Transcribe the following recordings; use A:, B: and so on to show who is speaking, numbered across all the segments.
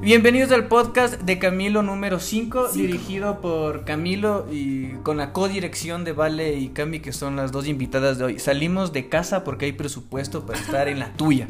A: Bienvenidos al podcast de Camilo número 5, dirigido por Camilo y con la codirección de Vale y Cami, que son las dos invitadas de hoy. Salimos de casa porque hay presupuesto para estar en la tuya.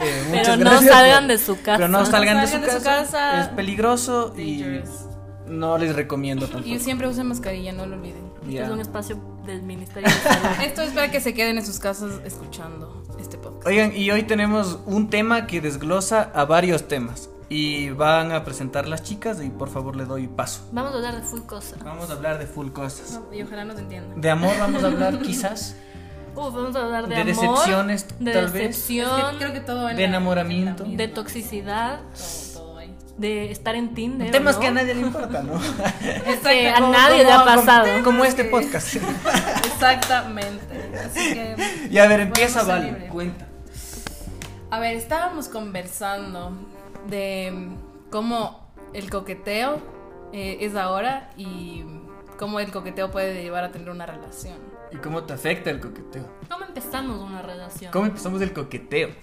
A: Eh,
B: Pero no salgan de su casa.
A: Pero no salgan, de, su
C: salgan de
A: casa.
C: su casa.
A: Es peligroso
C: Dangerous.
A: y no les recomiendo tampoco.
C: Y siempre usen mascarilla, no lo olviden.
A: Ya.
B: Es un espacio del Ministerio de Salud.
C: Esto es para que se queden en sus casas escuchando este podcast.
A: Oigan, y hoy tenemos un tema que desglosa a varios temas. Y van a presentar las chicas y por favor le doy paso.
B: Vamos a hablar de full cosa.
A: Vamos a hablar de full cosas.
C: No, y ojalá nos entiendan.
A: De amor vamos a hablar quizás.
B: Uf, vamos a hablar de,
A: De
B: amor.
A: decepciones,
B: de
A: tal vez.
B: decepción,
C: Creo que todo en
A: De
C: la-
A: enamoramiento.
C: en la
B: de
C: vida,
B: toxicidad,
C: todo- todo ahí.
B: de estar en Tinder.
A: Temas
B: ¿o no?
A: que a nadie le importa, ¿no?
B: Que a
C: Exacto, como-
B: nadie le ha pasado.
A: Como, este podcast.
C: Exactamente. Así que,
A: y a ver,
B: pues,
A: empieza,
C: Podemos ser
A: Vale.
C: libre.
A: Cuenta.
C: a ver, estábamos conversando de cómo el coqueteo eh, es ahora y cómo el coqueteo puede llevar a tener una relación.
A: ¿Y cómo te afecta el coqueteo?
B: ¿Cómo empezamos una relación?
A: ¿Cómo empezamos el coqueteo?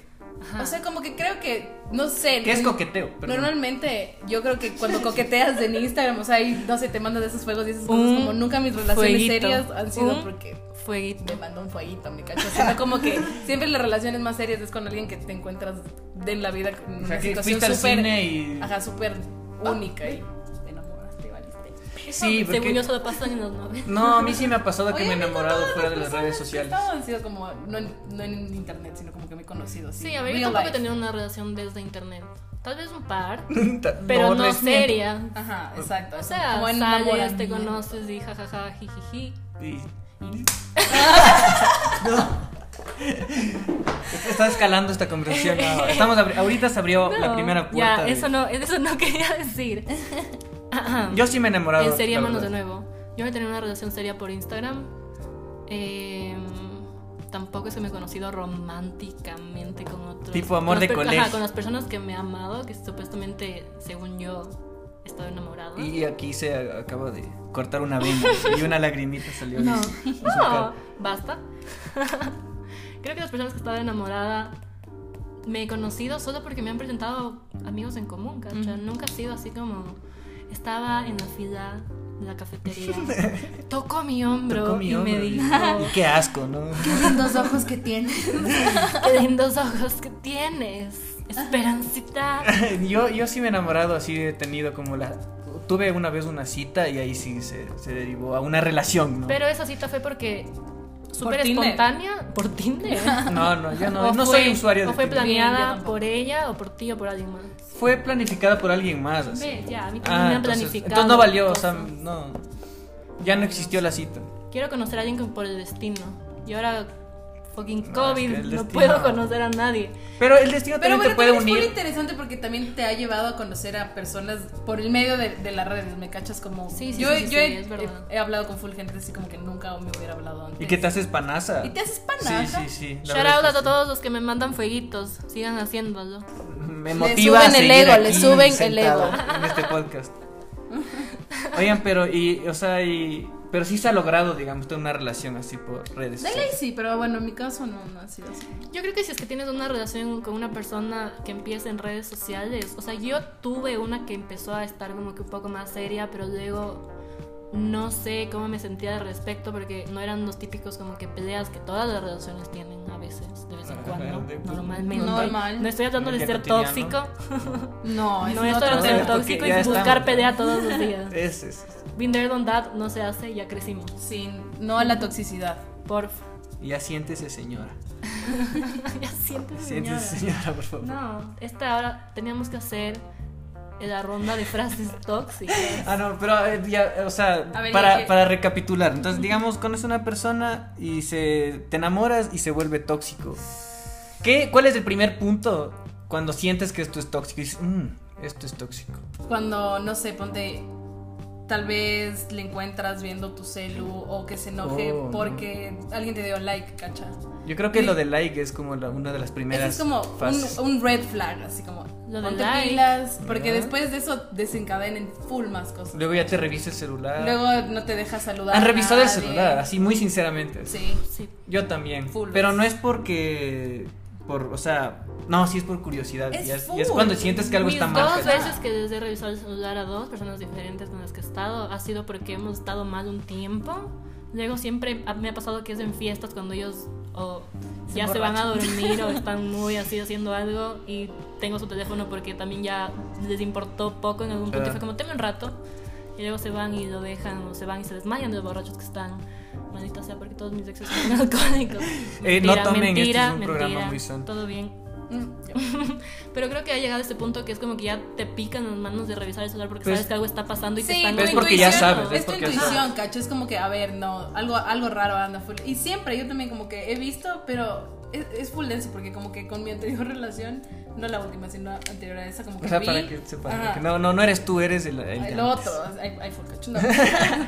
B: Ajá.
C: O sea, como que creo que, no sé.
A: Ah. ¿Qué es
C: no-
A: coqueteo? Perdón.
C: Normalmente, yo creo que cuando coqueteas en Instagram, o sea, ahí, no sé, te mandas esos fuegos y esas
B: Un
C: cosas, como nunca mis relaciones
B: fueguito.
C: serias han sido
B: Un
C: porque me
B: Fueguito.
C: mandó un fueguito, me cacho. Sino como que siempre las relaciones más serias es con alguien que te encuentras de en la vida en
A: O
C: una
A: sea, que
C: situación
A: fuiste al
C: súper,
A: cine y... Ah,
C: ajá, súper única y te enamoraste, valiste.
A: Sí,
B: Según
A: porque...
B: yo solo pasan en los novios.
A: No, a mí sí me ha pasado que
C: Oye,
A: me he
C: a mí con
A: enamorado
C: todas
A: fuera
C: las
A: de las
C: personas
A: redes
C: que
A: sociales.
C: estaba han sido como, no en, no en internet, sino como que me he conocido.
B: Sí, a ver, yo
C: real
B: tampoco he
C: life.
B: tenido una relación desde internet. Tal vez un par,
A: No,
B: pero no,
A: les miento.
B: seria.
C: Ajá, exacto.
B: O sea,
C: como en
B: sales, te
C: enamoramiento.
B: conoces y jajaja, jijiji.
A: Sí. No. Está escalando esta conversación. ahora. Estamos abri- ahorita se abrió la
B: No,
A: primera puerta.
B: Ya,
A: de-
B: eso no, eso no quería decir. Em,
A: Yo sí me he enamorado.
B: en serio,
A: la
B: manos de
A: verdad.
B: nuevo. Yo me tenía una relación seria por Instagram. Eh, tampoco se me ha conocido románticamente con otros.
A: Tipo amor
B: con las
A: de
B: per-
A: colegio.
B: Ajá, con las personas que me he amado, que supuestamente, según yo, he estado enamorada.
A: Y aquí se a- acaba de cortar una vena y una lagrimita salió. de
B: No,
A: su- de su cara.
B: no, Oh, basta. Creo que las personas que he estado enamorada me he conocido solo porque me han presentado amigos en común, ¿cachai?
C: Ujú.
B: Nunca ha sido así como estaba en la fila de la cafetería. Tocó mi hombro
A: Tocó mi
B: y
A: hombro
B: me
A: y-
B: dijo
A: Y qué asco, ¿no?
C: lindos ojos que tienes.
B: qué lindos ojos que tienes, esperancita.
A: yo, yo sí me he enamorado así, he tenido como la... Tuve una vez una cita y ahí sí se, se derivó a una relación, ¿no?
B: Pero esa cita fue porque súper
C: Tinder.
B: espontánea por Tinder.
A: No, no, yo no,
B: O
A: no
B: fue-
A: soy usuario de
B: O fue
A: Tinder.
C: Bien, yo
B: planeada
C: tampoco.
B: por ella o por ti o por alguien más.
A: Fue planificada por alguien más. así.
B: Ve, ya, a mí también
A: Ah,
B: me han
A: entonces,
B: planificado.
A: entonces no valió, o sea,
B: cosas.
A: no. Ya no existió la cita.
B: Quiero conocer a alguien con- por el destino. Y ahora, fucking
A: No, Ah, es que el
B: COVID, no
A: destino-
B: puedo conocer a nadie.
A: Pero el destino
C: Pero
A: también
C: bueno,
A: te puede
C: también es muy
A: unir.
C: interesante porque también te ha llevado a conocer a personas por el medio de, de las redes, me cachas como...
B: Sí, sí,
C: yo
B: sí, sí,
C: yo
B: sí,
C: he,
B: es verdad.
C: he- he hablado con full gente así como que nunca me hubiera hablado antes.
A: Y que te haces panaza.
C: Y te haces panaza.
A: Sí, sí, sí. la
B: Shout
A: verdad
B: out
A: es que
B: a todos los que me mandan fueguitos. Sigan haciéndolo.
A: sí. Me
C: Le
A: motiva
C: suben
A: a
C: el
A: seguir
C: ego,
A: aquí
C: le suben el
A: sentado
C: ego.
A: En este podcast. Oigan, pero y, o sea, y, pero sí se ha logrado, digamos, tener una relación así por redes.
C: De ley
A: sociales.
C: sí, pero bueno, en mi caso no, no ha sido así.
B: Yo creo que si es que tienes una relación con una persona que empieza en redes sociales, o sea, yo tuve una que empezó a estar como que un poco más seria, pero luego no sé cómo me sentía al respecto porque no eran los típicos como que peleas que todas las relaciones tienen a veces, de vez en
A: Ajá,
B: cuando,
A: de-
B: normalmente.
C: Normal.
B: No estoy hablando de
A: Día
B: ser
A: cotidiano.
B: tóxico,
C: No, es
B: no
C: no
B: estoy hablando de ser
A: tema.
B: tóxico
A: Porque ya
B: y buscar
A: estamos.
B: pelea todos los días.
A: Es, es-
B: Been there, done that, no se hace, ya crecimos.
C: Sí, no a la toxicidad.
B: Porfa.
A: Ya siéntese, señora.
B: ya siéntese, señora.
A: Siéntese, señora, por favor.
B: No, esta ahora teníamos que hacer la ronda de frases tóxicas.
A: Ah, no, pero eh, ya, o sea,
C: A ver, ya
A: para,
C: que-
A: para recapitular. Entonces, digamos, conoces a una persona y se te enamoras y se vuelve tóxico. ¿Qué, ¿Cuál es el primer punto cuando sientes que esto es tóxico? Y dices, "Mm, esto es tóxico.
C: Cuando, no sé, ponte... Tal vez le encuentras viendo tu celu o que se enoje
A: Oh, no.
C: porque alguien te dio like, ¿cachas?
A: Yo creo que
C: Sí.
A: lo de like es como la- una de las primeras
C: Eso es como
A: fases.
C: un, un red flag, así como
B: Lo de
C: ponte
B: like.
C: pilas, porque
A: Ya.
C: después de eso desencadenen full más cosas.
A: Luego ya te revisa el celular.
C: Luego no te deja saludar.
A: Ah. Han
C: a
A: revisado el
C: nadie.
A: celular, así muy sinceramente.
C: Sí.
B: Sí.
A: Yo también.
C: Full
A: pero
C: vez.
A: no es porque por, o sea, no, sí es por curiosidad.
C: Es
A: ya Es, ya
C: full.
A: es cuando sientes que algo
C: Mis
A: está mal. pues.
B: Dos
A: ¿cachai?
B: veces que desde revisar el celular a dos personas diferentes con las que he estado ha sido porque hemos estado mal un tiempo. Luego siempre ha- me ha pasado que es en fiestas cuando ellos o
C: Se
B: ya se van a dormir o están muy así haciendo algo y tengo su teléfono porque también ya les importó poco en algún punto y
A: Ah.
B: fue como tengo un rato y luego se van y lo dejan o se van y se desmayan de los borrachos que están. Maldita sea porque todos mis exes son alcohólicos.
A: Eh, no
B: Mentira,
A: tomen, este es
B: mentira,
A: un programa
B: mentira,
A: muy sano.
B: Todo bien.
C: Mm, ya.
B: Pero creo que ha llegado a este punto que es como que ya te pican las manos de revisar el celular porque
A: Pues-
B: sabes que algo está pasando y te
C: Sí,
B: están
C: tu
A: Es porque ya
C: intuición,
A: sabes, es
C: Es tu
A: porque ya
C: intuición, cacho. Es como que, a ver, no, algo, algo raro anda full. Y siempre yo también como que he visto, pero es, es full denso porque como que con mi anterior relación, no la última, sino anterior a esa, como que
A: O sea,
C: vi,
A: para que sepan.
C: ajá,
A: que No, no, no eres tú, eres el. el de
C: el
A: antes.
C: otro, hay, hay full cacho, no.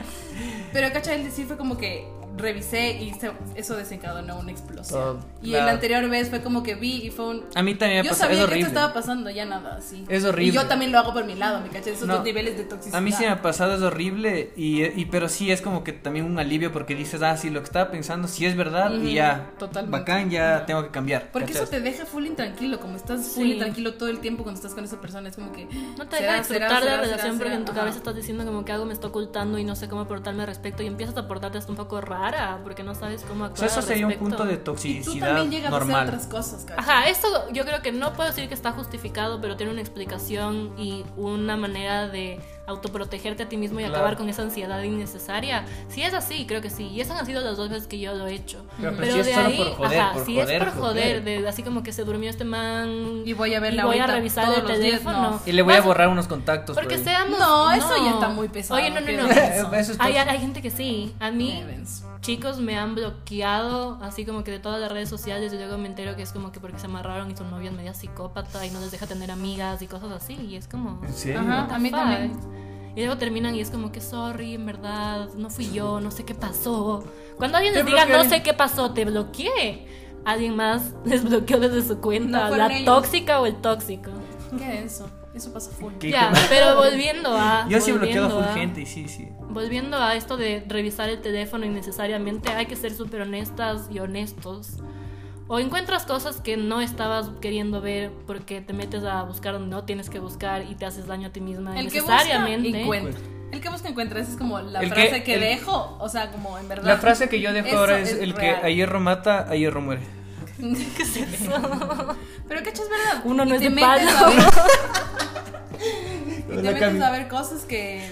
C: pero cacho, él sí fue como que revisé y se- eso desencadenó una explosión.
A: Todo,
C: y
A: claro.
C: el anterior vez fue como que vi y fue un...
A: A mí también me
C: Yo
A: pasó,
C: sabía
A: es
C: que
A: horrible.
C: esto estaba pasando, ya nada, así.
A: Es horrible.
C: Y yo también lo hago por mi lado, me caché, esos
A: No.
C: dos niveles de toxicidad.
A: A mí sí me ha pasado, es horrible, y, y- pero sí es como que también un alivio porque dices, ah, sí, lo que estaba pensando, sí es verdad,
C: Ujú,
A: y ya,
C: totalmente.
A: bacán, ya tengo que cambiar.
C: Porque eso
A: ¿cachas?
C: te deja full intranquilo, como estás full
B: Sí.
C: intranquilo todo el tiempo cuando estás con esa persona, es como que...
B: No te
C: será,
B: dejas disfrutar
C: será,
B: de la
C: será,
B: relación
C: será,
B: porque en
C: será,
B: tu
C: ajá.
B: cabeza estás diciendo como que algo me está ocultando y no sé cómo portarme al respecto y empiezas a portarte hasta un poco rara porque no sabes cómo
A: O
B: actuar
A: sea, eso
B: al
A: sería un
B: respecto.
A: punto de
C: Y tú
A: toxicidad
C: también llegas a hacer
A: normal.
C: otras cosas, cacho.
B: Ajá, esto yo creo que no puedo decir que está justificado, pero tiene una explicación y una manera de autoprotegerte a ti mismo y
A: Claro.
B: acabar con esa ansiedad innecesaria. Si es así, creo que sí. Y esas han sido las dos veces que yo lo he hecho.
A: Pero,
B: Pero
A: si es
B: de
A: solo
B: ahí,
A: por joder,
B: ajá,
A: por
B: si
A: joder,
B: es por
A: por
B: joder,
A: joder.
B: de, así como que se durmió este man
C: Y voy a verla
B: y voy a
C: ahorita
B: revisar
C: todos
B: el
C: los días, no.
B: teléfono.
A: Y le voy a
B: Vas-
A: borrar unos contactos. por
B: Porque
A: ahí.
B: seamos.
C: No, eso ya está muy pesado,
B: Oye, no,
C: qué
B: no, no.
C: denso.
A: Eso es
B: hay,
A: tóxico.
B: hay gente que sí. A mí,
C: Qué denso.
B: chicos me han bloqueado, así como que de todas las redes sociales. Y luego me entero que es como que porque se amarraron y su novia es media psicópata y no les deja tener amigas y cosas así. Y es como.
A: ¿En serio?
C: Ajá.
B: what the
C: a mí
B: fuck?
C: también.
B: Y luego terminan y es como que sorry, en verdad, no fui yo, no sé qué pasó. Cuando alguien
A: Te
B: les diga no
A: bloqueé.
B: sé qué pasó, te bloqueé. Alguien más les bloqueó desde su cuenta,
C: No fueron
B: la
C: ellos.
B: tóxica o el tóxico.
C: Qué denso, eso pasa full.
A: ¿Qué?
B: Ya,
A: hijo de-
B: pero volviendo a.
A: Yo sí he bloqueado a
B: volviendo
A: full
B: a-
A: gente, y sí, sí.
B: Volviendo a esto de revisar el teléfono innecesariamente, hay que ser súper honestas y honestos. O encuentras cosas que no estabas queriendo ver porque te metes a buscar donde no tienes que buscar y te haces daño a ti misma
C: El que busca
B: innecesariamente.
C: encuentra. El que busca encuentra, esa es como la
A: El que-
C: frase que,
A: el-
C: dejo, o sea, como en verdad.
A: La frase que yo dejo
C: Eso
A: ahora es,
C: es
A: el
C: real.
A: que a hierro mata, a hierro muere.
B: ¿Qué es eso?
C: Pero cacho, es verdad.
B: Uno no
C: Y
B: es
C: te
B: de
C: metes
B: palo.
C: a ver- Y
A: La
C: te metes
A: Cami.
C: a ver cosas que,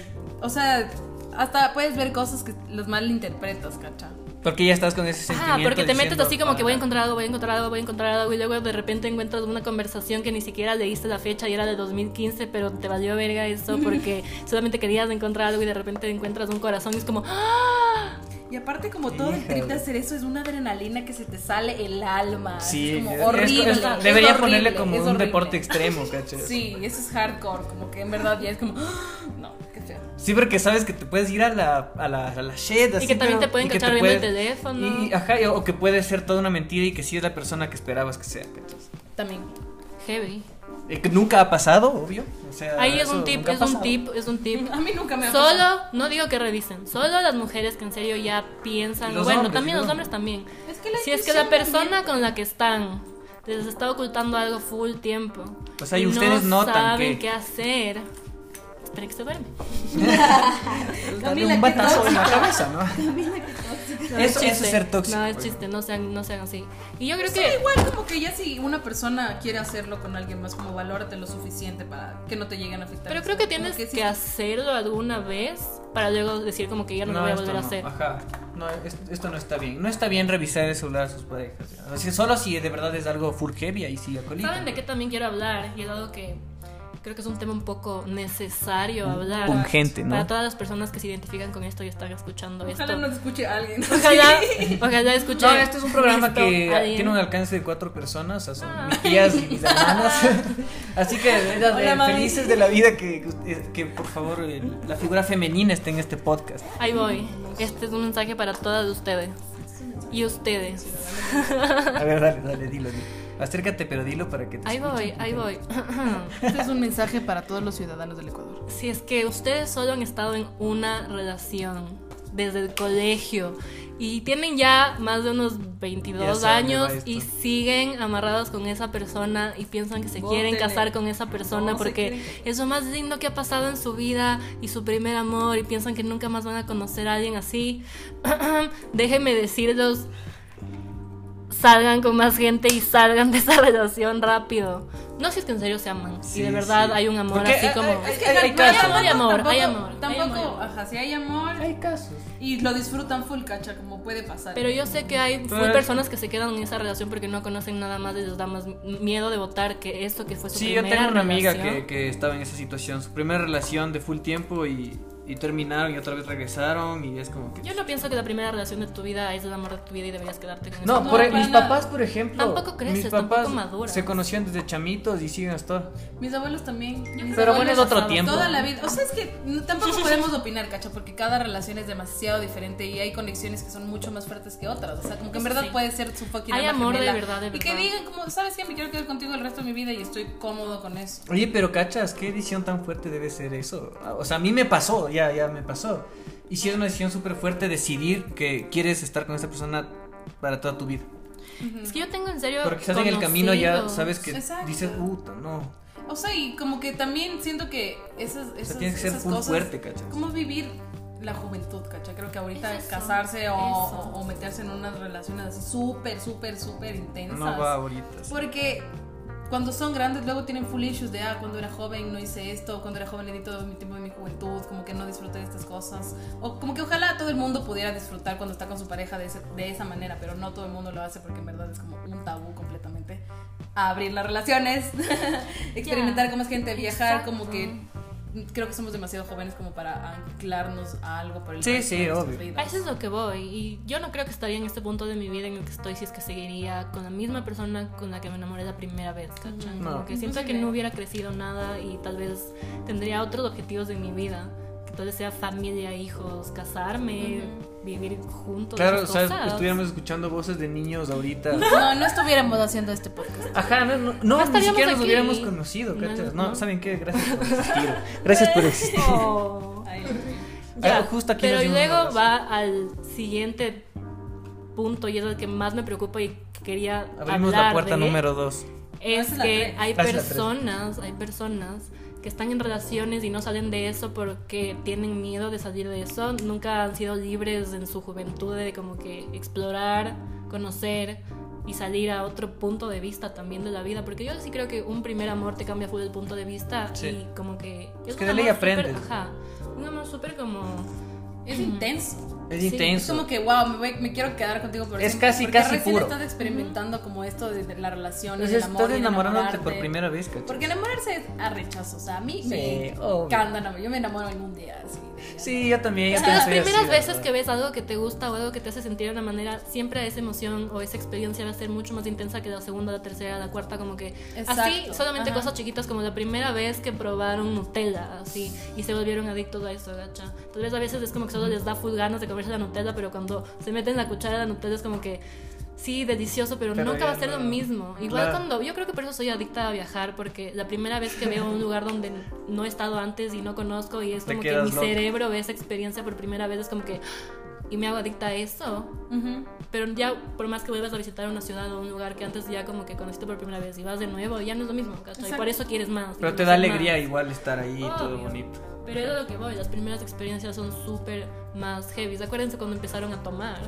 C: o sea, hasta puedes ver cosas que los malinterpretas, cacha.
A: Porque ya estás con ese sentimiento.
B: Ah, porque te metes
A: diciendo,
B: así como que voy a
A: "Ah".
B: encontrar algo, voy a encontrar algo, voy a encontrar algo y luego de repente encuentras una conversación que ni siquiera leíste la fecha y era de 2015, pero te valió verga eso porque solamente querías encontrar algo y de repente encuentras un corazón y es como, "Ah,
C: Y aparte como todo el trip de hacer eso es una adrenalina que se te sale el alma.
A: Sí,
C: es como
A: es-
C: horrible.
A: es-
C: es
A: debería
C: horrible,
A: ponerle como
C: es
A: un
C: horrible.
A: deporte extremo, ¿cachas?
C: Sí, eso es hardcore, como que en verdad ya es como ¡ah! no, qué feo.
A: Sí, porque sabes que te puedes ir a la, a la, a la shed. así,
B: que también te pueden
A: y que
B: cachar viendo el teléfono.
A: y- ajá, y- o que puede ser toda una mentira y que sí es la persona que esperabas que sea. ¿cachas?
C: También.
B: heavy.
A: Eh, que nunca ha pasado, obvio. O sea,
B: Ahí es
A: eso
B: un tip,
A: nunca ha
B: es un
A: pasado.
B: tip, es un tip.
C: A mí nunca me ha pasado.
B: Solo, no digo que revisen, solo las mujeres que en serio ya piensan,
A: Los
B: bueno,
A: hombres,
B: también los
A: ¿no?
B: hombres también.
C: Es que la
B: si es que la
C: intuición
B: persona
C: también.
B: con la que están les está ocultando algo full tiempo.
A: O sea, y Pues ustedes
B: no
A: notan
B: saben
A: que-
B: qué hacer. Espera que se duerme.
A: Darle
C: Camila,
A: un
C: qué
A: batazo en la cabeza, ¿no?
B: No,
A: Eso- eso es
B: chiste.
A: ser tóxico,
B: No, es
A: pues.
B: chiste, no sean, no sean así. Y yo creo
C: Sí,
B: que
C: igual como que ya si una persona quiere hacerlo con alguien más, como valórate lo suficiente para que no te lleguen a afectar.
B: Pero creo que
C: Como
B: tienes que,
C: sí.
B: hacerlo alguna vez para luego decir como que ya no, lo voy a
A: esto
B: volver a
A: no,
B: hacer.
A: Ajá. No, es- esto no está bien. No está bien revisar el celular a sus parejas. ¿ya? O sea, solo si de verdad es algo full heavy, ahí sí, acolito.
B: ¿Saben de qué también quiero hablar? Y es algo que creo que es un tema un poco necesario hablar.
A: Pungente, ¿no?
B: Para todas las personas que se identifican con esto y están escuchando
C: Ojalá
B: esto.
C: no te escuche alguien.
B: Ojalá, ojalá escuchen.
A: No, este es un programa
B: esto
A: que
B: alguien.
A: tiene un alcance de cuatro personas, o sea, son
B: Ah.
A: mis tías y mis hermanas. Así que de verdad,
C: Hola,
A: eh,
C: mami.
A: felices de la vida que, que por favor eh, la figura femenina esté en este podcast.
B: Ahí voy. Este es un mensaje para todas ustedes. Y ustedes.
A: A ver, dale, dale, dilo, dilo. Acércate, pero dilo para que te
B: Ahí voy,
A: escuchen.
B: ahí voy.
C: Este es un mensaje para todos los ciudadanos del Ecuador.
B: Si es que ustedes solo han estado en una relación desde el colegio y tienen ya más de unos 22
A: Ya saben,
B: años
A: va esto.
B: y siguen amarrados con esa persona y piensan que se quieren
C: Bótenle.
B: casar con esa persona
C: No, se
B: porque
C: quieren casar.
B: es lo más lindo que ha pasado en su vida y su primer amor y piensan que nunca más van a conocer a alguien así. Déjenme decirlos, salgan con más gente y salgan de esa relación rápido. No si es que en serio se aman, si
A: Sí,
B: de verdad
A: sí.
B: hay un amor
A: Porque
B: así
A: hay-
B: como...
A: hay-
C: Eh, Es que
A: hay- hay
C: no
A: casos.
B: Hay amor,
C: tampoco-
B: hay amor,
C: Tampoco,
B: hay amor.
C: ajá, si hay amor
A: casos.
C: y lo disfrutan full, cacha, como puede pasar.
B: Pero yo sé que hay full
A: Pero-
B: personas que se quedan en esa relación porque no conocen nada más y les da más miedo de votar que esto que fue su
A: Sí, yo
B: primera
A: tengo una amiga
B: relación.
A: que, que estaba en esa situación, su primera relación de full tiempo y, y terminaron y otra vez regresaron y es como que...
B: Yo no pienso que la primera relación de tu vida es el amor de tu vida y deberías quedarte con
A: No,
B: esa
A: por,
C: No,
A: e-
C: para
A: mis
C: nada.
A: papás, por ejemplo.
B: Tampoco creces,
A: mis
B: tampoco
A: papás
B: maduras.
A: Se conocían desde chamitos y siguen hasta ahora.
C: Mis abuelos también. mis
A: Pero bueno,
C: abuelos
A: es otro
C: pasaban
A: tiempo.
C: Toda la vida. O sea, es que no- tampoco podemos opinar, cacha, porque cada relación es demasiado diferente y hay conexiones que son mucho más fuertes que otras. O sea, como que en
B: Eso
C: verdad
B: sí.
C: puede ser su fucking
B: Hay
C: alma
B: amor de
C: gemela.
B: verdad, de
C: Y que
B: verdad.
C: digan, como, ¿sabes qué? Me quiero quedar contigo el resto de mi vida y estoy cómodo con eso.
A: Oye, pero cachas, ¿qué decisión tan fuerte debe ser eso? Ah, O sea, a mí me pasó, ya, ya me pasó. Y si es una decisión súper fuerte decidir que quieres estar con esa persona para toda tu vida.
B: Es que yo tengo en serio
A: Porque quizás en el camino ya
B: conocidos.
A: sabes que
C: Exacto.
A: dices, puta, no.
C: O sea, y como que también siento que esas, esas,
A: tienes que ser
C: esas
A: full
C: cosas.
A: fuerte, ¿cachas?
C: ¿Cómo vivir la juventud, cacha? Creo que ahorita
B: Es eso,
C: casarse o,
B: eso.
C: o meterse en unas relaciones así súper, súper, súper intensas.
A: No va ahorita. sí.
C: Porque cuando son grandes luego tienen full issues de, ah, cuando era joven no hice esto, cuando era joven le di todo mi tiempo de mi juventud, como que no disfruté de estas cosas. O como que ojalá todo el mundo pudiera disfrutar cuando está con su pareja de, ese- de esa manera, pero no todo el mundo lo hace porque en verdad es como un tabú completamente. Abrir las relaciones, experimentar con más gente, viajar,
B: Exacto.
C: como que creo que somos demasiado jóvenes como para anclarnos a algo por el
A: Sí,
C: resto de
A: sí,
C: nuestras
A: obvio.
B: A
C: vidas.
B: eso es lo que voy. Y yo no creo que estaría en este punto de mi vida en el que estoy si es que seguiría con la misma persona con la que me enamoré la primera vez, ¿cachan?
A: No.
B: Como que siento que no hubiera crecido nada y tal vez tendría otros objetivos en mi vida. Que tal vez sea familia, hijos, casarme, vivir juntos.
A: Claro, o
B: esas
A: sea,
B: cosas.
A: estuviéramos escuchando voces de niños ahorita.
C: No, no estuviéramos haciendo este podcast.
A: Ajá, no, no, no, ni
B: estaríamos
A: siquiera nos
B: aquí.
A: hubiéramos conocido,
B: No,
A: ¿cachas?
B: no.
A: No, ¿saben qué? Gracias por existir. Gracias por existir.
B: Oh.
C: Ay,
B: Ya,
A: Ah, justo aquí
B: pero
A: nos
B: y
A: dio un
B: luego
A: abrazo.
B: va al siguiente punto y es el que más me preocupa y quería
A: Abrimos
B: hablar
A: la puerta
B: de.
A: número dos.
B: es
C: No, esa es la
B: que
C: tres.
A: Ah,
B: hay
A: es la tres.
B: personas, hay personas que están en relaciones y no salen de eso porque tienen miedo de salir de eso, nunca han sido libres en su juventud de como que explorar, conocer y salir a otro punto de vista también de la vida, porque yo sí creo que un primer amor te cambia full el punto de vista
A: Sí.
B: y como que
A: Es
B: un
A: que de ley
B: amor súper-
A: aprendes.
B: ajá, un amor súper como
C: Es intenso.
A: Es
B: Sí, es
A: intenso.
C: Es como que, wow, me, voy- me quiero quedar contigo por
A: Es
C: siempre,
A: casi,
C: porque
A: casi
C: recién
A: puro.
C: estás experimentando como esto de, de la relación,
A: Entonces
C: el amor.
A: estás
C: y el
A: enamorándote por
C: enamorarte.
A: primera vez, ¿cachai?
C: Porque enamorarse es a rechazos. O sea, a mí
A: Sí,
C: me
A: obvio.
C: encanta. enamorarme, Yo me enamoro algún día. Así, de-
A: Sí, yo también. yo
B: O sea, las
A: también soy
B: primeras
A: así,
B: veces
A: la
B: que ves algo que te gusta o algo que te hace sentir de una manera, siempre esa emoción o esa experiencia va a ser mucho más intensa que la segunda, la tercera, la cuarta, como que así,
C: Exacto,
B: solamente
C: ajá.
B: cosas chiquitas como la primera vez que probaron Nutella, así, y se volvieron adictos a eso, gacha. Tal vez a veces es como que solo les da full ganas de comerse la Nutella, pero cuando se meten la cuchara de la Nutella es como que sí, delicioso, pero,
A: Pero
B: nunca
A: ya
B: va a ser
A: no.
B: lo mismo. Igual
A: Claro.
B: cuando yo creo que por eso soy adicta a viajar porque la primera vez que veo un lugar donde no he estado antes y no conozco y es
A: Te
B: como que
A: quedas
B: mi
A: loca.
B: cerebro ve esa experiencia por primera vez, es como que. "Ah, Y me hago adicta a eso.
C: Ujú.
B: Pero ya, por más que vuelvas a visitar una ciudad o un lugar que antes ya como que conociste por primera vez y vas de nuevo, ya no es lo mismo, ¿cachai?
C: Exacto.
B: Por eso quieres más.
A: Pero
B: y
A: te da
B: conocer
A: alegría
B: más.
A: igual estar ahí y todo
B: Obvio.
A: bonito.
B: Pero es a lo que voy, las primeras experiencias son súper más heavy. Acuérdense cuando empezaron a tomar.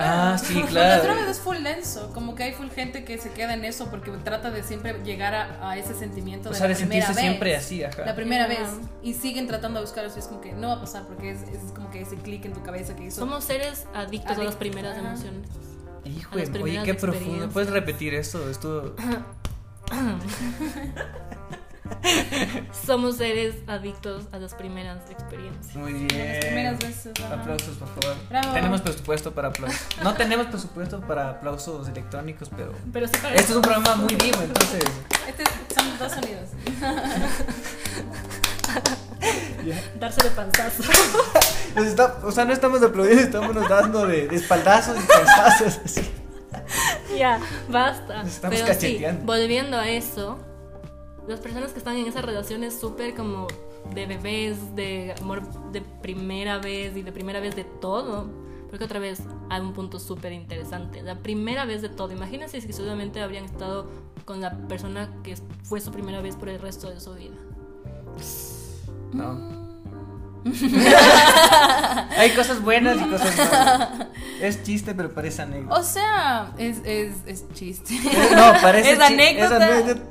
A: Ah, sí,
C: Las
A: claro.
C: drogas es full denso, como que hay full gente que se queda en eso porque trata de siempre llegar a, a ese sentimiento
A: O
C: de
A: sea,
C: la
A: de
C: primera
A: sentirse
C: vez.
A: siempre así,
C: La
A: ajá.
C: primera
B: Ajá.
C: vez. Y siguen tratando de buscar eso y es como que no va a pasar porque es, es como que ese clic en tu cabeza que hizo.
B: Somos seres adictos a las
C: Adictos,
B: primeras
C: ajá.
B: emociones.
A: Hijo,
B: las
A: oye,
B: primeras
A: qué profundo.
B: experiencias.
A: ¿Puedes repetir eso? Esto.
B: Somos seres adictos a las primeras experiencias.
A: Muy
C: Las
A: bien.
C: primeras veces. ajá.
A: Aplausos, por favor.
C: Bravo.
A: Tenemos presupuesto para aplausos. No tenemos presupuesto para aplausos electrónicos, pero.
B: Pero sí para
A: Este es un programa muy vivo, entonces.
C: Este es- son dos sonidos.
B: darse de panzazo.
A: Nos está- o sea, no estamos aplaudiendo, estamos nos dando de, de espaldazos y panzazos. así.
B: ya, basta.
A: Nos estamos
B: Pero sí,
A: cacheteando.
B: volviendo a eso, las personas que están en esas relaciones súper como de bebés, de amor de primera vez y de primera vez de todo. Porque otra vez hay un punto súper interesante. La primera vez de todo. Imagínense si solamente habrían estado con la persona que fue su primera vez por el resto de su vida.
A: No.
C: Mm.
A: Hay cosas buenas y cosas malas. Es chiste, pero parece anécdota.
C: O sea, es, es, es chiste.
A: No, parece
C: Es
A: chi-
C: anécdota.
A: es anécdota.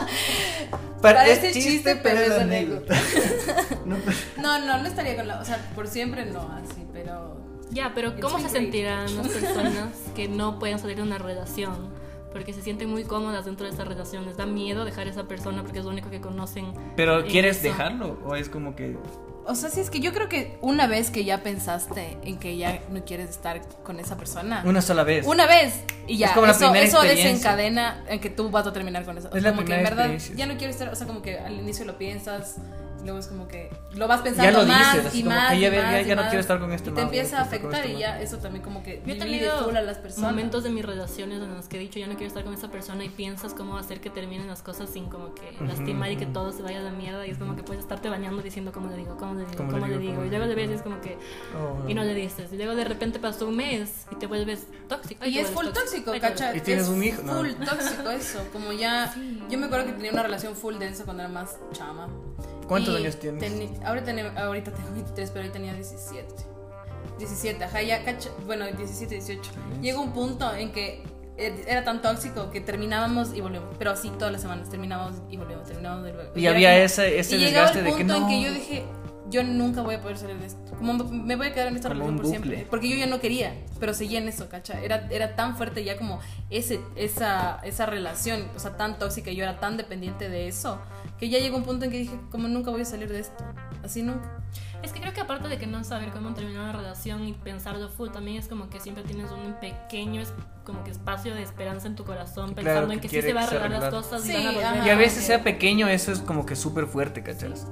A: Pa-
C: Parece
A: es
C: chiste, pero es
A: No, pero-
C: No, no, no estaría con la. O sea, por siempre no, así, pero.
B: Ya, pero ¿cómo
C: It's
B: se
C: been
B: sentirán las personas que no pueden salir de una relación? Porque se sienten muy cómodas dentro de esa relación. Les da miedo dejar a esa persona porque es lo único que conocen.
A: Pero
B: en
A: ¿quieres
B: eso.
A: dejarlo? ¿O es como que.?
C: O sea, si es que yo creo que una vez que ya pensaste en que ya no quieres estar con esa persona,
A: Una sola vez.
C: Ah. una vez y ya.
A: Es como la
C: eso
A: primera
C: eso
A: experiencia.
C: desencadena en que tú vas a terminar con eso.
A: Es la
C: como que en
A: primera
C: verdad
A: experiencia.
C: ya no quiero estar, o sea, como que al inicio lo piensas, luego es como que lo vas
A: Ya
C: pensando
A: lo
C: más
A: dices. así
C: y
A: como
C: más.
A: que ya,
C: y
A: ve- ya-
C: más y
A: ya no
C: más,
A: quiero estar con este
C: Y te
A: man,
C: empieza a
A: quiero estar con
C: afectar
A: este
C: y
A: man.
C: ya eso también como que
B: Yo he
C: divide
B: tenido
C: full a las personas.
B: momentos de mis relaciones en los que he dicho ya no quiero estar con esa persona y piensas cómo hacer que terminen las cosas sin como que lastimar y que todo se vaya a la mierda y es como que puedes estarte bañando diciendo cómo le digo, cómo le digo,
A: ¿Cómo
B: cómo,
A: le
B: le
A: digo,
B: digo
A: cómo
B: y
A: le
B: luego de
A: digo?
B: veces como que
A: Oh,
B: y no le dices y luego de repente pasó un mes y te vuelves tóxico
C: Y es full tóxico, ¿cachai?
A: Y tienes
C: es
A: un hijo, no.
C: Full tóxico eso. Como ya.
B: Sí.
C: Yo me acuerdo que tenía una relación full densa cuando era más chama.
A: ¿Cuántos
C: Y
A: años tienes?
C: teni- ahora teni- ahorita tengo 23, pero hoy tenía 17. 17, ajá, ya cacha. Bueno, 17, 18. Llegó un punto en que eh, era tan tóxico que terminábamos y volvíamos. Pero así todas las semanas terminábamos y volvíamos, terminábamos y volvíamos.
A: Y
C: era
A: había
C: como-
A: ese- ese
C: y llegaba
A: desgaste
C: el
A: de que
C: punto en
A: no.
C: que yo dije, yo nunca voy a poder salir de esto. Como me voy a quedar en esta
A: Como
C: relación
A: un
C: por siempre.
A: bucle.
C: Porque yo ya no quería, pero seguía en eso, ¿cacha? Era, era tan fuerte ya como ese, esa, esa relación, o sea, tan tóxica, yo era tan dependiente de eso, que ya llegó un punto en que dije, como nunca voy a salir de esto. Así nunca.
B: Es que creo que aparte de que no saber cómo terminar una relación y pensarlo full, también es como que siempre tienes un pequeño es- como que espacio de esperanza en tu corazón
A: Claro,
B: pensando
A: que
B: en que sí
A: quiere
B: se va a
A: que se
B: arreglar las
A: arreglar.
B: cosas
C: Sí,
B: y van a volver
C: ajá.
A: Y a veces
C: Ah,
A: sea pequeño, eso es como que súper fuerte, ¿cachas?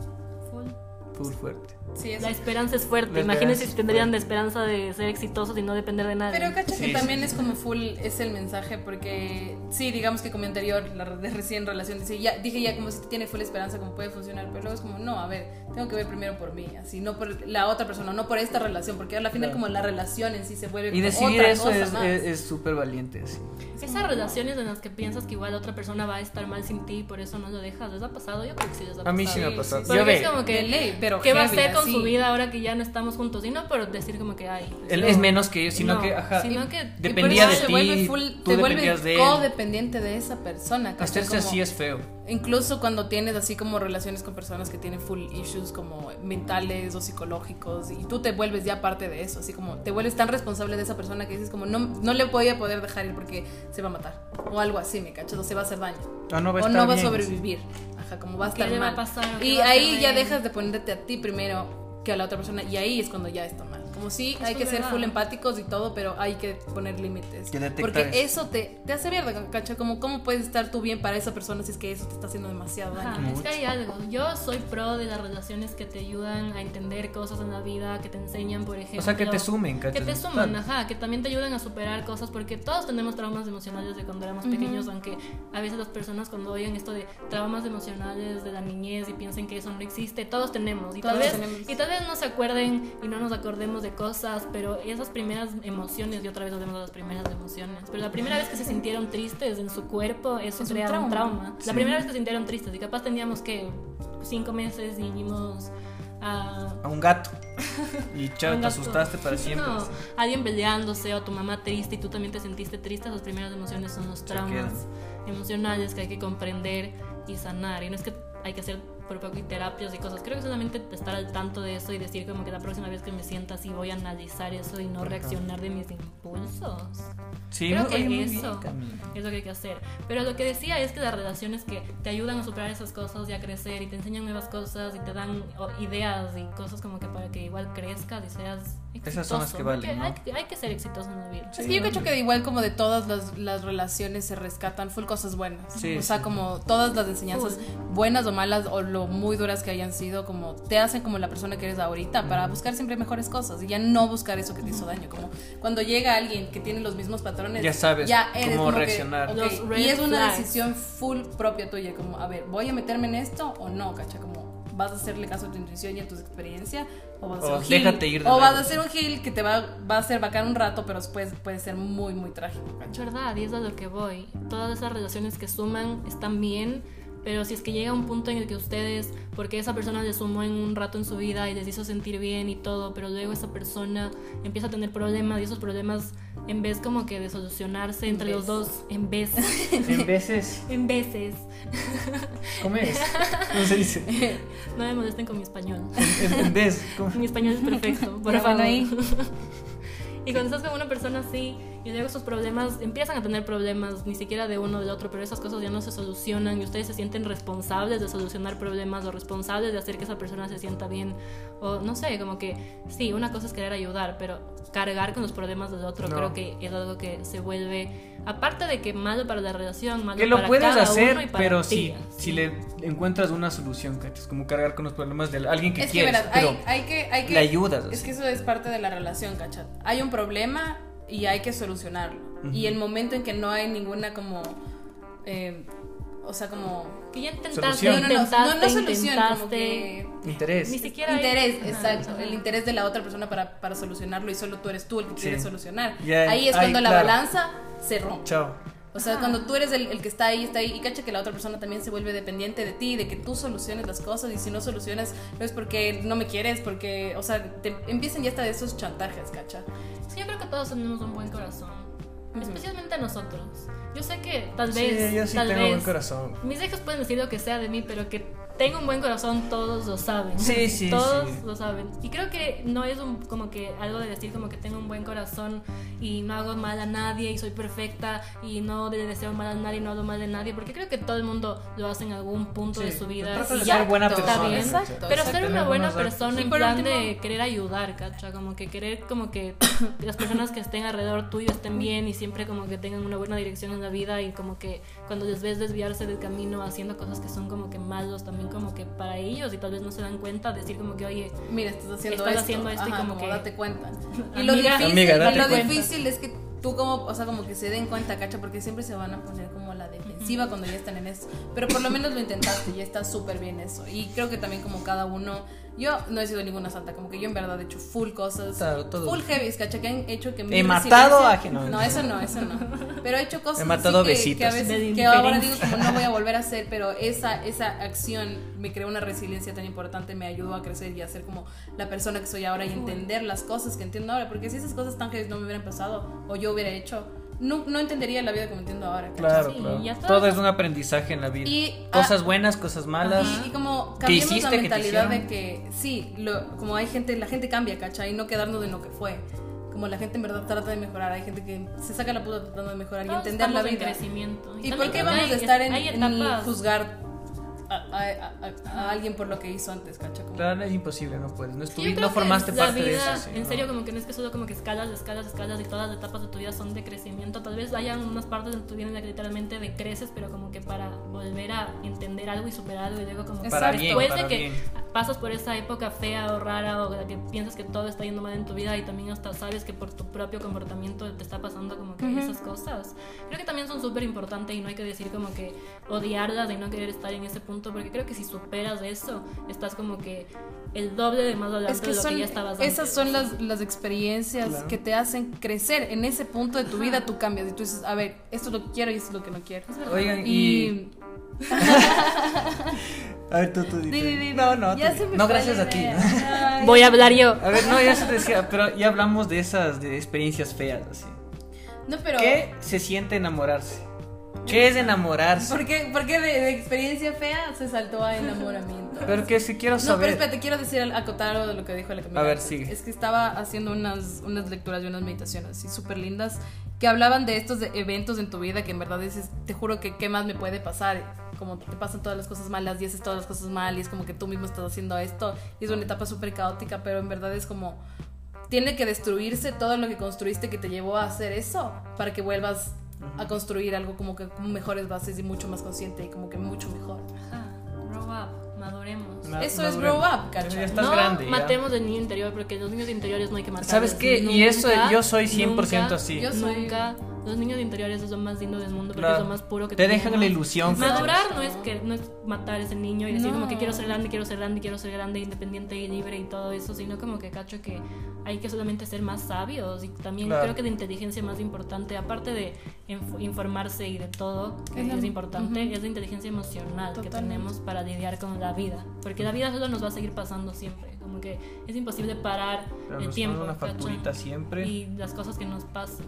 B: full.
A: Full fuerte.
C: Sí, eso.
B: La esperanza es fuerte.
A: La
B: Imagínense
A: esperanza es
B: si tendrían
A: fuerte.
B: la esperanza de ser exitosos y no depender de nadie.
C: Pero cacha
A: Sí,
C: que
A: sí,
C: también
A: sí.
C: es como full es el mensaje porque sí, digamos que como anterior, la re- de recién relación, dice, ya, dije ya como si tiene full esperanza, como puede funcionar, pero luego es como, no, a ver, tengo que ver primero por mí, así, no por la otra persona, no por esta relación, porque al final
A: Claro.
C: como la relación en sí se vuelve
A: Y
C: como
A: decidir
C: otra
A: eso
C: cosa
A: es
C: más.
A: es- es súper valiente, sí.
B: Esas relaciones en las que piensas que igual otra persona va a estar mal sin ti y por eso no lo dejas, ¿les ha pasado? Yo creo que sí les ha pasado.
A: A mí sí me ha
C: sí,
A: pasado.
C: sí.
B: Porque
A: Yo
B: es
A: ve,
B: como
C: De
B: que,
C: ley, pero
B: ¿qué va a
C: heavy,
B: hacer con
C: así.
B: su vida ahora que ya no estamos juntos? Y no por decir como que, ay.
A: él
B: yo-
A: es menos que yo, sino
B: No,
A: que, ajá,
B: sino que-
C: Y por
A: dependía
C: eso
A: de
C: se
A: ti,
C: vuelve full-
A: tú
C: te
A: dependías
C: vuelve
A: de él.
C: codependiente de esa persona. ¿cachai?
A: Hacerse
C: Como-
A: así es feo.
C: Incluso cuando tienes así como relaciones con personas que tienen full issues como mentales o psicológicos y tú te vuelves ya parte de eso, así como te vuelves tan responsable de esa persona que dices como no, no le voy a poder dejar ir porque se va a matar o algo así, me cachas, o se va a hacer daño
A: Ah, no va a
C: o
A: estar
C: no va a
A: bien.
C: sobrevivir, ajá, como va a
B: ¿Qué
C: estar
B: le va a
C: mal.
B: pasar? ¿Qué
C: Y
B: va a
C: ahí
B: hacer
C: ya
B: de él?
C: dejas de ponerte a ti primero que a la otra persona y ahí es cuando ya está mal. Como sí,
B: Eso
C: hay
B: es
C: que ser
B: verdad.
C: full empáticos y todo, pero hay que poner límites.
A: Que detectar
C: Porque
A: eso.
C: eso te, te hace mierda, ¿cacha? Como, ¿cómo puedes estar tú bien para esa persona si es que eso te está haciendo demasiado
B: Ajá,
C: daño?
B: es que hay algo. Yo soy pro de las relaciones que te ayudan a entender cosas en la vida, que te enseñan, por ejemplo.
A: O sea, que te sumen,
B: Que
A: ¿cachas?
B: te suman,
A: Claro.
B: ajá, que también te ayudan a superar cosas, porque todos tenemos traumas emocionales de cuando éramos pequeños, aunque a veces las personas cuando oyen esto de traumas emocionales de la niñez y piensen que eso no existe, todos tenemos. Y, tal,
C: Todos
B: vez,
C: tenemos.
B: y tal vez no se acuerden y no nos acordemos de cosas, pero esas primeras emociones, y otra vez hablamos de las primeras emociones, pero la primera vez que se sintieron tristes en su cuerpo, eso
C: Es un
B: crea un
C: trauma.
B: trauma. La
A: Sí.
B: primera vez que se sintieron tristes y capaz teníamos que cinco meses y vimos a
A: A un gato. Y chao,
B: un
A: te
B: gato.
A: asustaste para siempre.
B: No,
A: así.
B: alguien peleándose o tu mamá triste y tú también te sentiste triste, las primeras emociones son los traumas emocionales que hay que comprender y sanar. Y no es que hay que hacer por poco y terapias y cosas. Creo que solamente estar al tanto de eso y decir como que la próxima vez que me sienta así voy a analizar eso y no
A: Ajá.
B: reaccionar de mis impulsos.
A: Sí,
B: Creo
A: muy-
B: que
A: oye, muy bien,
B: eso.
A: Camila.
B: Es lo que hay que hacer. Pero lo que decía es que las relaciones que te ayudan a superar esas cosas y a crecer y te enseñan nuevas cosas y te dan o, ideas y cosas como que para que igual crezcas y seas exitoso.
A: Esas son las que valen,
B: Porque
A: ¿no?
B: hay, que- hay que ser exitoso en la vida.
C: Es que yo creo que igual como de todas las, las relaciones se rescatan full cosas buenas.
A: Sí,
C: o sea,
A: sí.
C: como todas las enseñanzas buenas o malas o lo muy duras que hayan sido, como te hacen como la persona que eres ahorita para buscar siempre mejores cosas y ya no buscar eso que te hizo daño. Como cuando llega alguien que tiene los mismos patrones,
A: Ya sabes cómo
C: como que,
A: reaccionar.
C: ok,
B: Los
C: y
B: red
C: es una
B: flags.
C: decisión full propia tuya, como a ver, voy a meterme en esto o no, cacha, como vas a hacerle caso a tu intuición y a tu experiencia o vas a
A: O
C: ser un gil.
A: déjate ir de
C: o vas
A: lado.
C: a ser un gil que te va, va a hacer bacán un rato, pero después puede ser muy, muy trágico.
B: Es
C: ¿cachai?
B: verdad, y es a lo que voy. Todas esas relaciones que suman están bien, pero si es que llega un punto en el que ustedes, porque esa persona les sumó en un rato en su vida y les hizo sentir bien y todo, pero luego esa persona empieza a tener problemas y esos problemas, en vez como que de solucionarse entre
C: En
B: los
C: vez.
B: dos, en vez,
A: En veces,
B: en veces,
A: ¿cómo es? ¿Cómo se dice?
B: no me molesten con mi español.
A: En, en vez, ¿cómo?
B: Mi español es perfecto, por
C: Ya,
B: favor.
C: bueno, ahí.
B: Y cuando estás con una persona así y luego esos problemas empiezan a tener problemas, ni siquiera de uno o del otro, pero esas cosas ya no se solucionan y ustedes se sienten responsables de solucionar problemas o responsables de hacer que esa persona se sienta bien. O no sé, como que sí, una cosa es querer ayudar, pero cargar con los problemas del otro
A: No.
B: creo que es algo que se vuelve, aparte de que malo para la relación, malo
A: Que lo
B: para
A: puedes
B: cada uno y
A: hacer,
B: para
A: pero
B: ti,
A: si,
B: así.
A: si le encuentras una solución, ¿cachas? Como cargar con los problemas de alguien que
C: es que,
A: quieres,
C: verás,
A: pero
C: hay, hay que, hay que
A: le ayudas.
C: Es
A: así.
C: que eso es parte de la relación, ¿cachat? Hay un problema y hay que solucionarlo. Y el momento en que no hay ninguna como... eh, o sea, como...
B: Que ya intentaste,
A: Solución.
C: No, no, no,
B: intentaste,
C: no, no solución, como
B: intentaste,
C: que...
A: Interés.
B: Ni siquiera hay-
C: Interés,
B: Ajá,
C: exacto.
B: ajá.
C: El interés de la otra persona para, para solucionarlo y solo tú eres tú el que
A: Sí.
C: quieres solucionar.
A: Ya,
C: ahí es
A: ahí,
C: cuando la
A: claro.
C: balanza se rompe.
A: Chao.
C: O sea, cuando tú eres el, el que está ahí, está ahí, y cacha que la otra persona también se vuelve dependiente de ti, de que tú soluciones las cosas, y si no solucionas, no es porque no me quieres, porque, o sea, te empiezan ya hasta esos chantajes, cacha.
B: Sí, yo creo que todos tenemos un buen corazón.
C: Ujú.
B: Especialmente nosotros. Yo sé que tal
A: Sí,
B: vez.
A: yo sí
B: tal
A: tengo
B: vez,
A: buen corazón.
B: Mis hijos pueden decir lo que sea de mí, pero que tengo un buen corazón, todos lo saben.
A: Sí, sí,
B: Todos
A: sí.
B: lo saben. Y creo que no es un, como que algo de decir como que tengo un buen corazón y no hago mal a nadie y soy perfecta y no le deseo mal a nadie, no hablo mal de nadie, porque creo que todo el mundo lo hace en algún punto
A: Sí,
B: de su vida.
A: trata de
B: y
A: ser
B: ya,
A: buena
C: está
A: persona.
B: bien.
A: ¿cachas?
C: Exacto.
B: pero ser
A: Tener
B: una buena
A: buenos actos.
B: persona
C: Y
B: en
C: por
B: plan
C: último-
B: de querer ayudar, cacha, como que querer como que las personas que estén alrededor tuyo estén bien y siempre como que tengan una buena dirección en la vida y como que cuando les ves desviarse del camino haciendo cosas que son como que malos también como que para ellos y tal vez no se dan cuenta decir como que oye,
C: Mira, estás haciendo
B: Estás
C: esto.
B: haciendo esto y
C: Ajá,
B: como que-
C: date cuenta. Y lo
B: Amiga,
C: difícil,
A: Amiga,
C: y
A: date
C: lo
B: cuenta.
C: difícil es que tú como, o sea, como que se den cuenta, cacha, porque siempre se van a poner como a la defensiva cuando ya están en eso. Pero por lo menos lo intentaste y está súper bien eso. Y creo que también como cada uno, yo no he sido ninguna santa, como que yo en verdad he hecho full cosas,
A: Claro, todo.
C: full heavy, cacha, que han hecho que mi
A: He matado
C: resiliencia-
A: a que- no,
C: no, eso no, eso no. Pero he hecho cosas
A: He matado
C: así que, que a
A: besitos.
B: De
C: veces que ahora digo
B: indiferencia.
C: como no voy a volver a hacer, pero esa esa acción me creó una resiliencia tan importante, me ayudó a crecer y a ser como la persona que soy ahora y entender las cosas que entiendo ahora, porque si esas cosas tan heavy no me hubieran pasado o yo hubiera hecho, no, no entendería la vida como entiendo ahora. ¿cachai?
A: Claro,
B: Sí,
A: claro.
B: ya todo-
A: Todo es un aprendizaje en la vida.
C: Y- ah,
A: cosas buenas, cosas malas.
C: Y, y como
A: ¿Qué
C: cambiemos
A: hiciste
C: la
A: que te
C: mentalidad de
A: hicieron?
C: que sí, lo- como hay gente, la gente cambia, ¿cachai? Y no quedarnos en lo que fue. Como la gente en verdad trata de mejorar, hay gente que se saca la puta tratando de mejorar y
B: todos
C: entender la
B: estamos en
C: vida.
B: crecimiento.
C: ¿Y
B: también
C: por qué
B: creo que
C: vamos
B: hay-
C: a estar en,
B: hay
C: en
B: etapas.
C: juzgar a, a- a- a alguien por lo que hizo antes, cacha? Como-
A: Claro, es imposible, no puedes. No,
B: Sí,
A: estuvi-
B: yo creo
A: no
B: que
A: Pues formaste
B: la
A: parte de
B: vida,
A: eso. sí,
B: en
A: no.
B: serio, como que no es que solo como que escalas, escalas, escalas y todas las etapas de tu vida son de crecimiento. Tal vez hayan unas partes de tu vida en las que literalmente decreces, pero como que para volver a entender algo y superar algo y luego como que
A: Para
C: Exacto.
A: bien,
B: después
A: para
B: de que
A: bien.
B: pasas por esa época fea o rara o la que piensas que todo está yendo mal en tu vida y también hasta sabes que por tu propio comportamiento te está pasando como que
C: Ujú.
B: esas cosas. Creo que también son súper importantes y no hay que decir como que odiarlas y no querer estar en ese punto porque creo que si superas eso estás como que el doble de más adelante
C: Es que
B: de lo
C: son,
B: que ya estabas
C: esas
B: antes.
C: son las, las experiencias
A: Claro.
C: que te hacen crecer. En ese punto de tu vida tú cambias y tú dices, a ver, esto es lo que quiero y esto es lo que no quiero.
A: Oigan, y.
C: Y
A: A ver, tú, tú, di,
C: Di,
A: tú.
C: di, di,
A: No, no,
C: ya
A: tú
C: se
A: di.
C: me
A: No,
C: fue la
A: gracias a ti.
C: idea.
A: ¿no?
C: Ay.
B: Voy a hablar yo.
A: A ver, no, ya se te decía, pero ya hablamos de esas de experiencias feas, así.
C: No, pero...
A: ¿Qué se siente enamorarse? ¿Qué es enamorarse?
C: ¿Por qué, por qué de, de experiencia fea se saltó a enamoramiento?
A: Porque si quiero
C: No, pero
A: saber.
C: espérate, quiero decir, al- acotar algo de lo que dijo la Camila.
A: A ver, sigue.
C: Es que estaba haciendo unas, unas lecturas y unas meditaciones así súper lindas que hablaban de estos de- eventos en tu vida que en verdad dices, te juro que qué más me puede pasar. Como te pasan todas las cosas malas y haces todas las cosas mal y es como que tú mismo estás haciendo esto y es una etapa súper caótica, pero en verdad es como... Tiene que destruirse todo lo que construiste que te llevó a hacer eso para que vuelvas a construir algo como que con mejores bases y mucho más consciente y como que mucho mejor.
B: Ajá, grow up, maduremos.
A: Ma-
C: Eso es
A: maduremos.
C: grow up, ¿cachai?
A: Ya estás
B: no
A: grande. ya.
B: matemos del niño
A: eh,
B: interior porque los niños interiores no hay que matar.
A: ¿Sabes qué? Y eso yo soy 100% así.
C: Yo soy-
B: Nunca, Los niños interiores es lo más lindo del mundo porque
A: Claro.
B: es lo más puro que
A: Te
B: tenemos.
A: dejan la ilusión. pero-
B: Madurar no es que no es matar a ese niño y decir como que
C: No.
B: quiero ser grande, quiero ser grande, quiero ser grande, independiente y libre y todo eso, sino como que cacho que hay que solamente ser más sabios y también
A: Claro.
B: creo que la inteligencia más importante, aparte de inf- informarse y de todo, que
C: Es
B: es,
C: la-
B: importante,
C: Ujú.
B: es la inteligencia emocional que
C: Totalmente.
B: tenemos para lidiar con la vida, porque la vida solo nos va a seguir pasando siempre, como que es imposible parar
A: Claro,
B: el
A: nos
B: tiempo.
A: ponen una
B: ¿cachai?
A: facturita siempre.
B: y las cosas que nos pasan.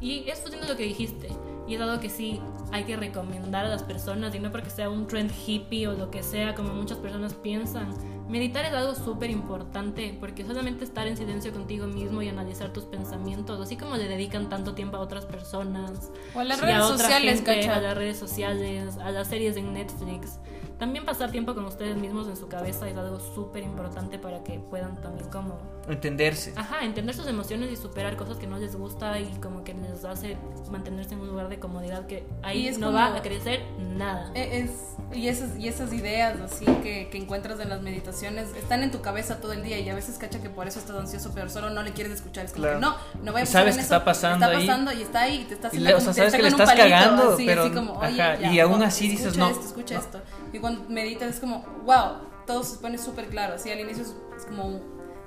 B: Y es justo lo que dijiste. Y es algo que sí hay que recomendar a las personas, y no porque sea un trend hippie o lo que sea, como muchas personas piensan. Meditar es algo súper importante, porque solamente estar en silencio contigo mismo y analizar tus pensamientos, así como le dedican tanto tiempo a otras personas,
C: O a las
B: y
C: redes
B: otra
C: sociales,
B: gente, A
C: cacha.
B: las redes sociales, a las series en Netflix. También pasar tiempo con ustedes mismos en su cabeza es algo súper importante para que puedan también como
A: Entenderse.
B: Ajá, entender sus emociones y superar cosas que no les gusta y como que les hace mantenerse en un lugar de comodidad que ahí
C: Y es
B: no
C: como-
B: va a crecer nada.
C: Eh, Es, y, esas, y esas ideas así que, que encuentras en las meditaciones están en tu cabeza todo el día y a veces cacha que por eso estás ansioso, pero solo no le quieres escuchar. Es como
A: Claro.
C: que no, no voy
A: Y
C: a pensar
A: sabes
C: en
A: que
C: eso.
A: está pasando
C: Está
A: ahí.
C: pasando y está ahí y te está
A: Y
C: haciendo.
A: le- o
C: como-
A: sea,
C: te
A: sabes que le
C: sacan un
A: estás
C: palito,
A: cagando,
C: así,
A: pero-
C: así como, oye,
A: ajá,
C: ya,
A: y aún
C: wow,
A: así dices,
C: escucha
A: no,
C: Esto, escucha
A: no.
C: esto. Y cuando meditas es como, wow, todo se pone súper claro. Así al inicio es, es como,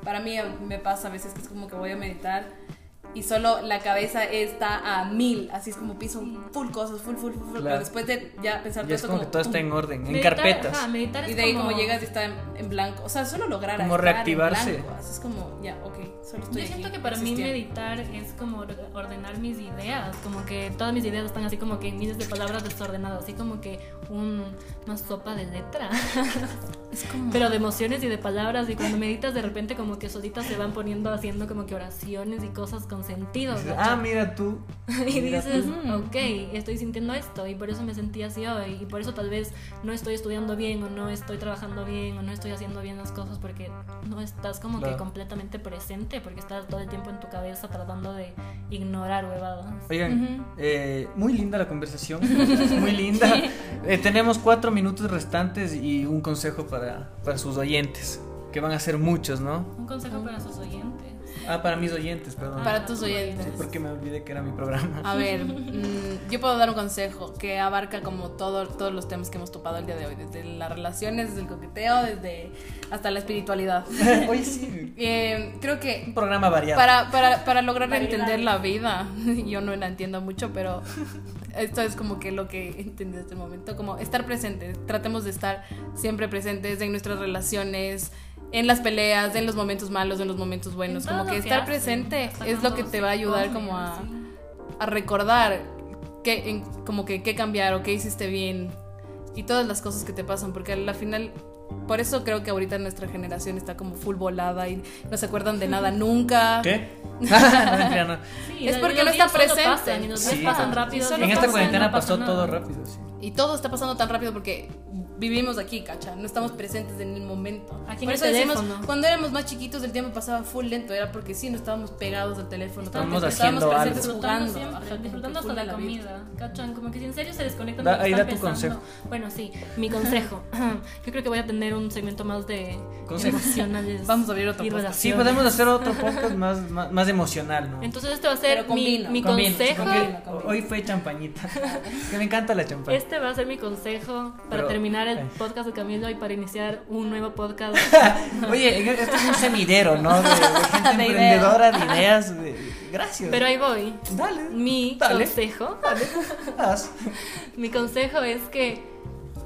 C: para mí me pasa a veces que es como que voy a meditar. Y solo la cabeza está a mil, así es como piso full cosas, full, full, full, full, pero
A: Claro.
C: después de ya pensar
A: Y es como que todo está en orden, en
B: Meditar,
A: carpetas.
B: ajá, meditar es
C: y de ahí como llegas y está en, en blanco. O sea, solo lograr
A: Como
C: estar en
A: reactivarse.
C: blanco, así es como, ya, ok, solo estoy
B: Yo siento
C: aquí,
B: que para mí
C: existiendo.
B: meditar es como or- ordenar mis ideas, como que todas mis ideas están así como que en miles de palabras desordenadas, así como que un, una sopa de letra,
C: Es como...
B: pero de emociones y de palabras, y cuando meditas de repente como que solitas se van poniendo haciendo como que oraciones y cosas con sentido.
A: Dices,
B: ¿cachai?
A: ah, mira tú.
B: Y
A: Mira
B: dices, "Mm,
A: tú.
B: ok, estoy sintiendo esto y por eso me sentí así hoy y por eso tal vez no estoy estudiando bien o no estoy trabajando bien o no estoy haciendo bien las cosas porque no estás como
A: Claro.
B: que completamente presente porque estás todo el tiempo en tu cabeza tratando de ignorar huevadas.
A: Oigan, eh, muy linda la conversación. muy linda. Eh, tenemos cuatro minutos restantes y un consejo para, para sus oyentes. Que van a ser muchos, ¿no?
B: Un consejo para sus oyentes.
A: Ah, para mis oyentes, perdón.
C: Para tus oyentes.
A: Sí, porque me olvidé que era mi programa.
C: A ver, mm, yo puedo dar un consejo que abarca como todo, todos los temas que hemos topado el día de hoy, desde las relaciones, desde el coqueteo, desde hasta la espiritualidad.
B: Ah.
A: Hoy sí.
C: Eh, creo que
A: Un programa variado.
C: para, para, para lograr
B: Variedades.
C: entender la vida, yo no la entiendo mucho, pero esto es como que lo que entendí este momento, como estar presente, tratemos de estar siempre presentes en nuestras relaciones, en las peleas, en los momentos malos, en los momentos buenos,
B: En todo
C: como
B: lo
C: que estar
B: hacen,
C: presente
B: hasta
C: es lo
B: cuando
C: que te
B: se
C: va a ayudar
B: comen,
C: como a,
B: así.
C: a recordar qué, en- como que qué cambiar o qué hiciste bien y todas las cosas que te pasan, porque al final, por eso creo que ahorita nuestra generación está como full volada y no se acuerdan de nada nunca.
A: ¿Qué? No, mentira, no.
B: Sí,
C: Es
B: los-
C: porque no
B: los
C: está
B: días solo
C: presente.
B: pasan y los días
A: Sí.
B: pasan rápido.
C: Y solo
B: los
A: En
B: días
A: esta
B: pasan,
A: cuarentena
B: no pasa
A: pasó
B: nada.
A: todo rápido, sí.
C: Y todo está pasando tan rápido porque vivimos aquí, cacha. No estamos presentes en el momento.
B: Aquí en
C: Por
B: el
C: eso decimos,
B: teléfono.
C: cuando éramos más chiquitos el tiempo pasaba full lento. Era porque sí, no estábamos pegados al teléfono.
A: Estábamos
C: tanto,
A: haciendo algo.
C: presentes
B: disfrutando
C: jugando.
B: siempre,
C: ajá, como
B: disfrutando
C: que full
B: hasta
C: a
B: la
C: vida.
B: comida, ¿cachan? Como que si en serio se desconectan
A: Da-
B: de lo que
A: ahí
B: están
A: da tu
B: pensando.
A: consejo.
B: Bueno, sí, mi consejo. Yo creo que voy a tener un segmento más de
A: Consejos.
B: emocionales.
C: Vamos a abrir otro
B: y
C: podcast.
A: Sí,
B: relaciones.
A: podemos hacer otro podcast más, más, más emocional, ¿no?
B: Entonces este va a
C: Pero
B: ser
C: con
B: mi,
C: vino,
B: mi
A: Con vino,
B: consejo.
A: con vino.
C: Con vino, con
A: Hoy fue champañita. Es que me encanta la champaña.
B: Este va a ser mi consejo para
A: Pero-
B: terminar el
A: eh.
B: podcast de Camilo y para iniciar un nuevo podcast.
A: Oye, en- e-, esto es un semidero, ¿no? De, de gente
C: De
A: emprendedora, de ideas. de- Gracias.
B: Pero ahí voy.
A: Dale.
B: Mi
A: Dale.
B: consejo
A: haz.
B: Mi consejo es que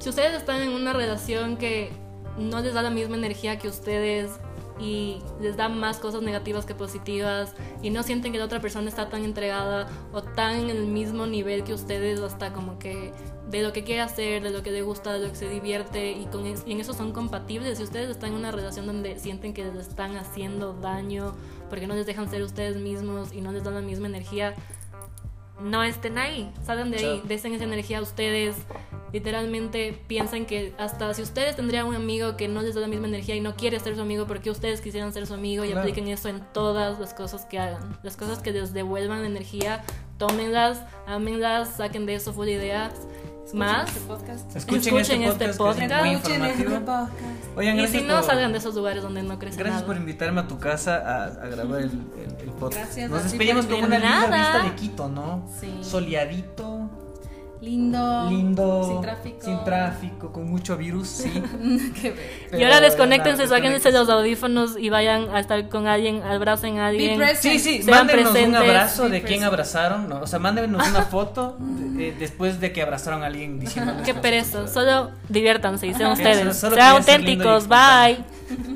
B: si ustedes están en una relación que no les da la misma energía que ustedes y les da más cosas negativas que positivas y no sienten que la otra persona está tan entregada o tan en el mismo nivel que ustedes hasta como que de lo que quiere hacer, de lo que le gusta, de lo que se divierte y, con es- y en eso son compatibles. Si ustedes están en una relación donde sienten que les están haciendo daño porque no les dejan ser ustedes mismos y no les dan la misma energía, no estén ahí, salgan de ahí,
A: Chao.
B: desen esa energía a ustedes. Literalmente piensan que hasta si ustedes tendrían un amigo que no les da la misma energía y no quiere ser su amigo porque ustedes quisieran ser su amigo y
A: Claro.
B: apliquen eso en todas las cosas que hagan. Las cosas que les devuelvan energía, tómenlas, ámenlas, saquen de eso full ideas.
C: Es
B: Más.
D: Este podcast.
A: Escuchen,
B: Escuchen
A: este
B: este
A: podcast, que es muy
D: Escuchen este
A: informativo.
D: podcast.
A: Oigan,
B: Y
A: gracias
B: si no,
A: por-
B: salgan de esos lugares donde no crecen
A: Gracias
B: nada.
A: por invitarme a tu casa a, a grabar el, el- el podcast.
D: Gracias
A: Nos
D: a ti por
A: despedimos con una linda
B: invitarme.
A: vista
B: Nada.
A: de Quito, ¿no?
C: Sí.
A: Soleadito,
D: Lindo.
A: lindo,
D: Sin tráfico.
A: sin tráfico, con mucho virus, sí.
C: Qué ver.
B: Y ahora
A: Pero,
B: desconectense,
A: nada,
B: sáquense los audífonos y vayan a estar con alguien, abracen a alguien.
C: present.
A: Sí, sí,
B: Sean
A: mándenos un
B: presentes,
A: abrazo
C: sí,
A: de quién
C: presentes.
A: abrazaron, ¿no? o sea, mándenos una foto de- de- después de que abrazaron a alguien diciendo
B: Qué pereza, solo diviértanse y sean
A: Eso,
B: ustedes.
A: solo
B: Sean
A: quería ser lindo y
B: auténticos,
A: disfrutar.
B: bye.